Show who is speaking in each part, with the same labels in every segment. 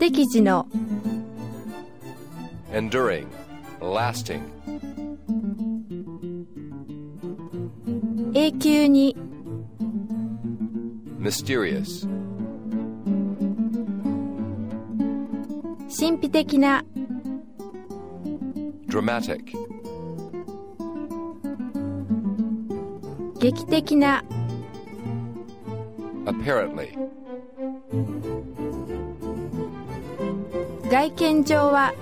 Speaker 1: イジの
Speaker 2: enduring, lasting,
Speaker 1: 永久に
Speaker 2: mysterious,
Speaker 1: 神秘的な
Speaker 2: dramatic,
Speaker 1: 劇的な
Speaker 2: apparently,
Speaker 1: 外見上は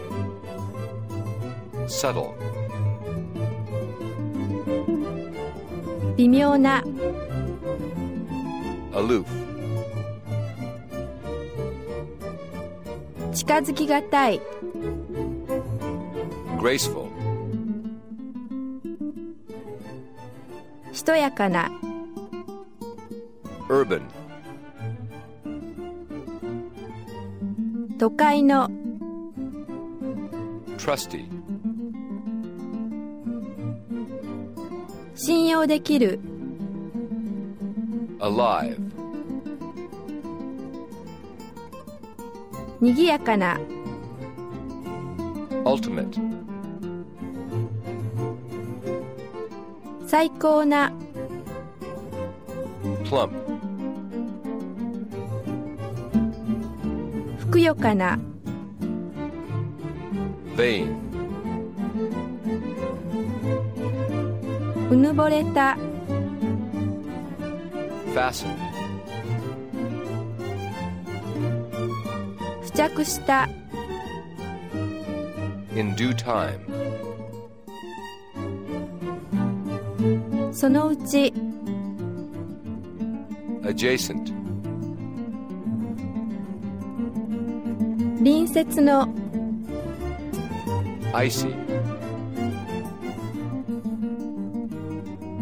Speaker 2: subtle,
Speaker 1: 微妙な
Speaker 2: aloof,
Speaker 1: 近づきがたい
Speaker 2: graceful,
Speaker 1: しとやかな
Speaker 2: urban,
Speaker 1: 都会の
Speaker 2: trusty,
Speaker 1: 信用できる
Speaker 2: alive,
Speaker 1: 賑やかな
Speaker 2: ultimate,
Speaker 1: 最高な
Speaker 2: plump,
Speaker 1: ふくよかな
Speaker 2: vain,
Speaker 1: うぬぼれた
Speaker 2: fastened,
Speaker 1: 付着した
Speaker 2: in due time,
Speaker 1: そのうち
Speaker 2: adjacent,
Speaker 1: 隣接の
Speaker 2: icy,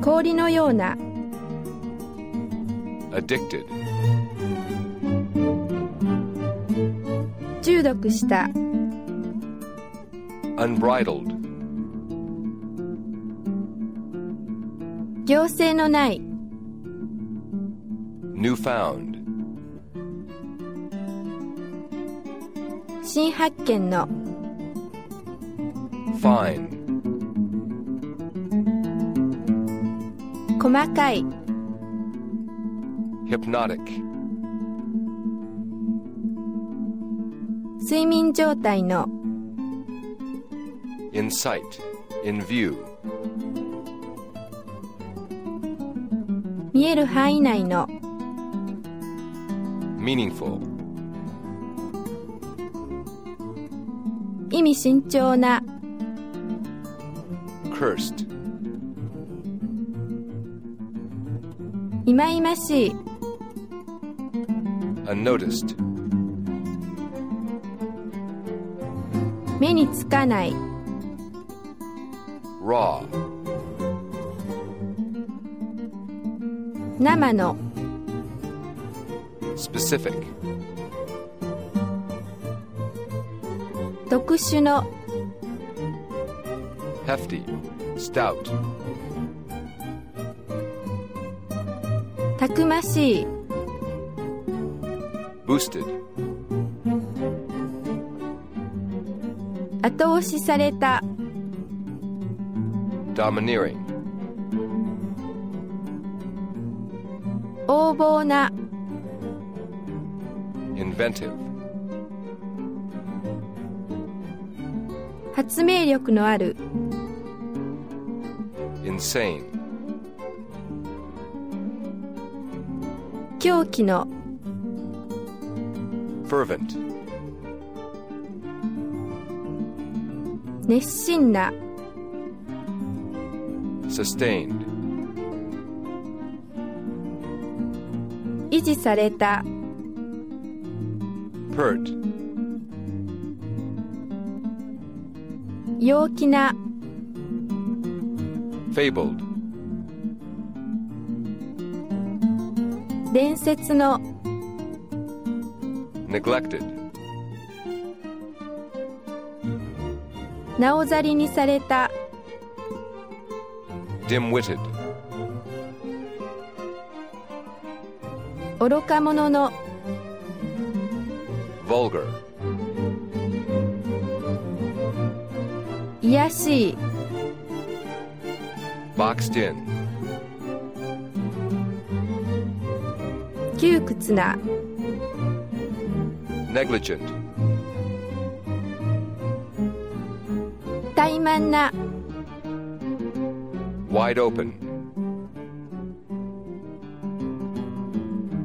Speaker 1: 氷のような
Speaker 2: addicted,
Speaker 1: 中毒した
Speaker 2: unbridled,
Speaker 1: 行政のない
Speaker 2: newfound,
Speaker 1: 新発見の
Speaker 2: fine,
Speaker 1: 細かい
Speaker 2: hypnotic,
Speaker 1: 睡眠状態の
Speaker 2: in sight, in view,
Speaker 1: 見える範囲内の
Speaker 2: meaningful,
Speaker 1: 意味慎重な
Speaker 2: cursed,
Speaker 1: 忌々しい
Speaker 2: unnoticed,
Speaker 1: 目につかない
Speaker 2: raw,
Speaker 1: 生の
Speaker 2: specific,
Speaker 1: 特殊の
Speaker 2: hefty, stout,
Speaker 1: たくましい
Speaker 2: boosted,
Speaker 1: 後押しされた
Speaker 2: domineering,
Speaker 1: 横暴な
Speaker 2: inventive,
Speaker 1: 発明力のある
Speaker 2: insane,
Speaker 1: 狂気の
Speaker 2: fervent,
Speaker 1: 熱心な
Speaker 2: sustained,
Speaker 1: 維持された
Speaker 2: pert,
Speaker 1: 陽気な
Speaker 2: fabled,
Speaker 1: 伝説の
Speaker 2: neglected,
Speaker 1: なおざりにされた
Speaker 2: dim-witted,
Speaker 1: 愚か者の
Speaker 2: vulgar,
Speaker 1: 癒やしい
Speaker 2: boxed in,
Speaker 1: 窮屈な
Speaker 2: negligent,
Speaker 1: 怠慢な
Speaker 2: wide open,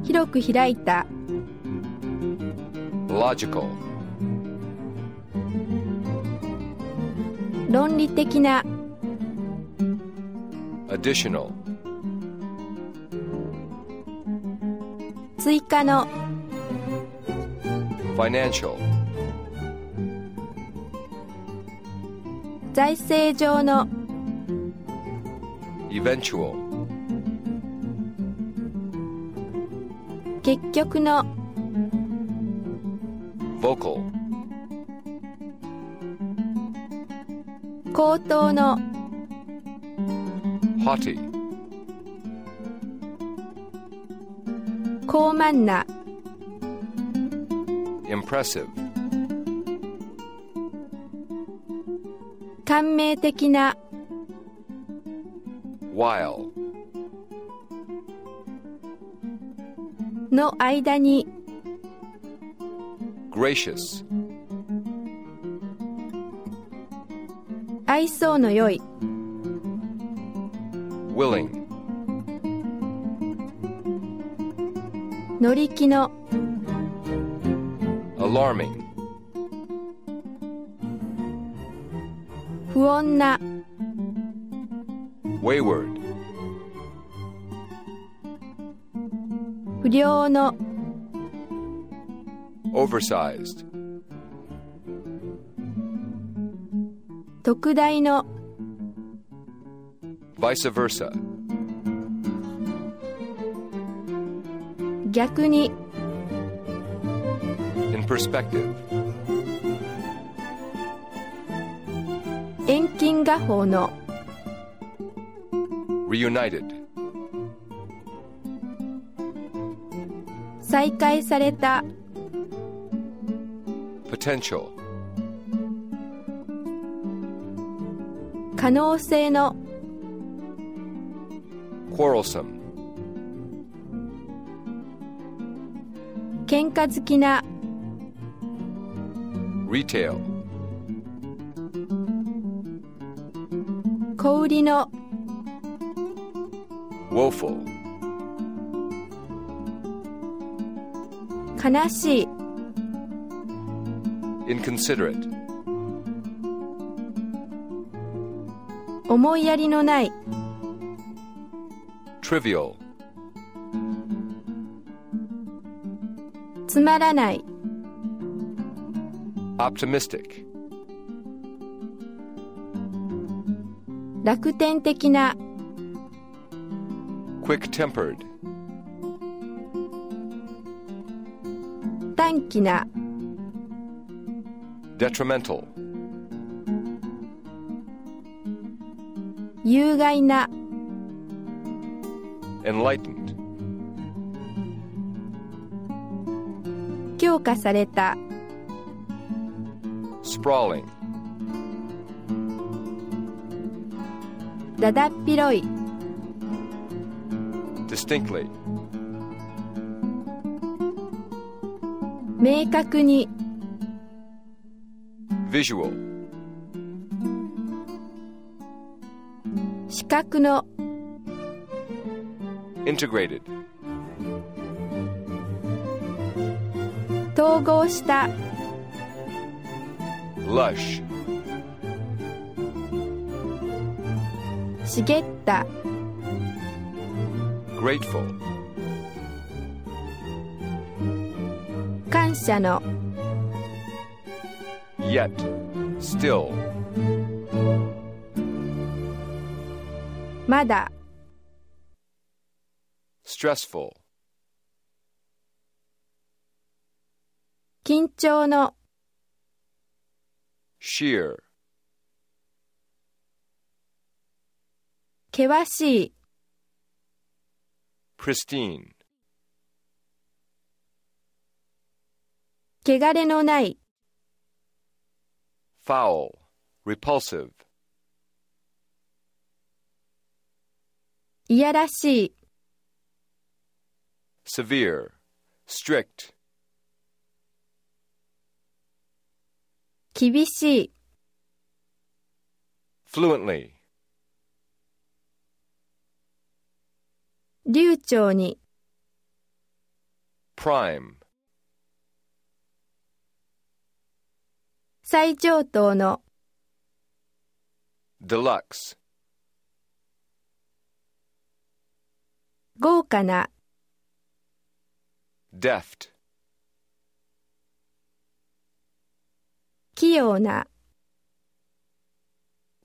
Speaker 1: 広く開いた
Speaker 2: logical,
Speaker 1: 論理的な
Speaker 2: additional,
Speaker 1: 追加の
Speaker 2: financial,
Speaker 1: 財政上の
Speaker 2: eventual,
Speaker 1: 結局の
Speaker 2: vocal,
Speaker 1: 口頭の
Speaker 2: haughty,
Speaker 1: 高慢な
Speaker 2: impressive,
Speaker 1: 感銘的な
Speaker 2: while,
Speaker 1: の間に
Speaker 2: gracious,
Speaker 1: 愛想の良い
Speaker 2: willing,
Speaker 1: 乗り気の
Speaker 2: alarming,
Speaker 1: 不穏な
Speaker 2: wayward,
Speaker 1: 不良の
Speaker 2: oversized,
Speaker 1: 特大の
Speaker 2: vice versa,
Speaker 1: 逆に
Speaker 2: in perspective,
Speaker 1: 遠近画法の
Speaker 2: reunited,
Speaker 1: 再開された
Speaker 2: potential,
Speaker 1: 可能性の
Speaker 2: quarrelsome,
Speaker 1: 喧嘩好きな
Speaker 2: retail,
Speaker 1: 小売りの
Speaker 2: woeful,
Speaker 1: 悲しい
Speaker 2: inconsiderate,
Speaker 1: 思いやりのない
Speaker 2: trivial,
Speaker 1: つまらない
Speaker 2: optimistic,
Speaker 1: 楽天的な
Speaker 2: quick tempered,
Speaker 1: 短気な
Speaker 2: detrimental,
Speaker 1: 有害な
Speaker 2: enlightened,
Speaker 1: 強化された
Speaker 2: sprawling,
Speaker 1: だだっ広い
Speaker 2: distinctly,
Speaker 1: 明確に
Speaker 2: visual,
Speaker 1: 視覚の
Speaker 2: integrated,
Speaker 1: 統合した
Speaker 2: lush,
Speaker 1: 茂った
Speaker 2: grateful,
Speaker 1: 感謝の
Speaker 2: yet, still,
Speaker 1: まだ
Speaker 2: stressful,
Speaker 1: 緊張の
Speaker 2: sheer,
Speaker 1: 険しい
Speaker 2: pristine,
Speaker 1: 汚れのない
Speaker 2: foul, repulsive,
Speaker 1: いやらしい、
Speaker 2: severe, strict,
Speaker 1: 厳しい、
Speaker 2: fluently,
Speaker 1: 流暢に、
Speaker 2: prime,
Speaker 1: 最上等の、
Speaker 2: deluxe,
Speaker 1: 豪華な、
Speaker 2: deft,
Speaker 1: 器用な、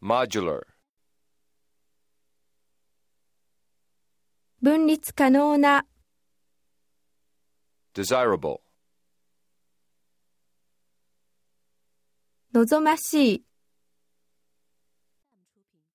Speaker 2: modular,
Speaker 1: 分立可能な、
Speaker 2: desirable,
Speaker 1: 望ましい、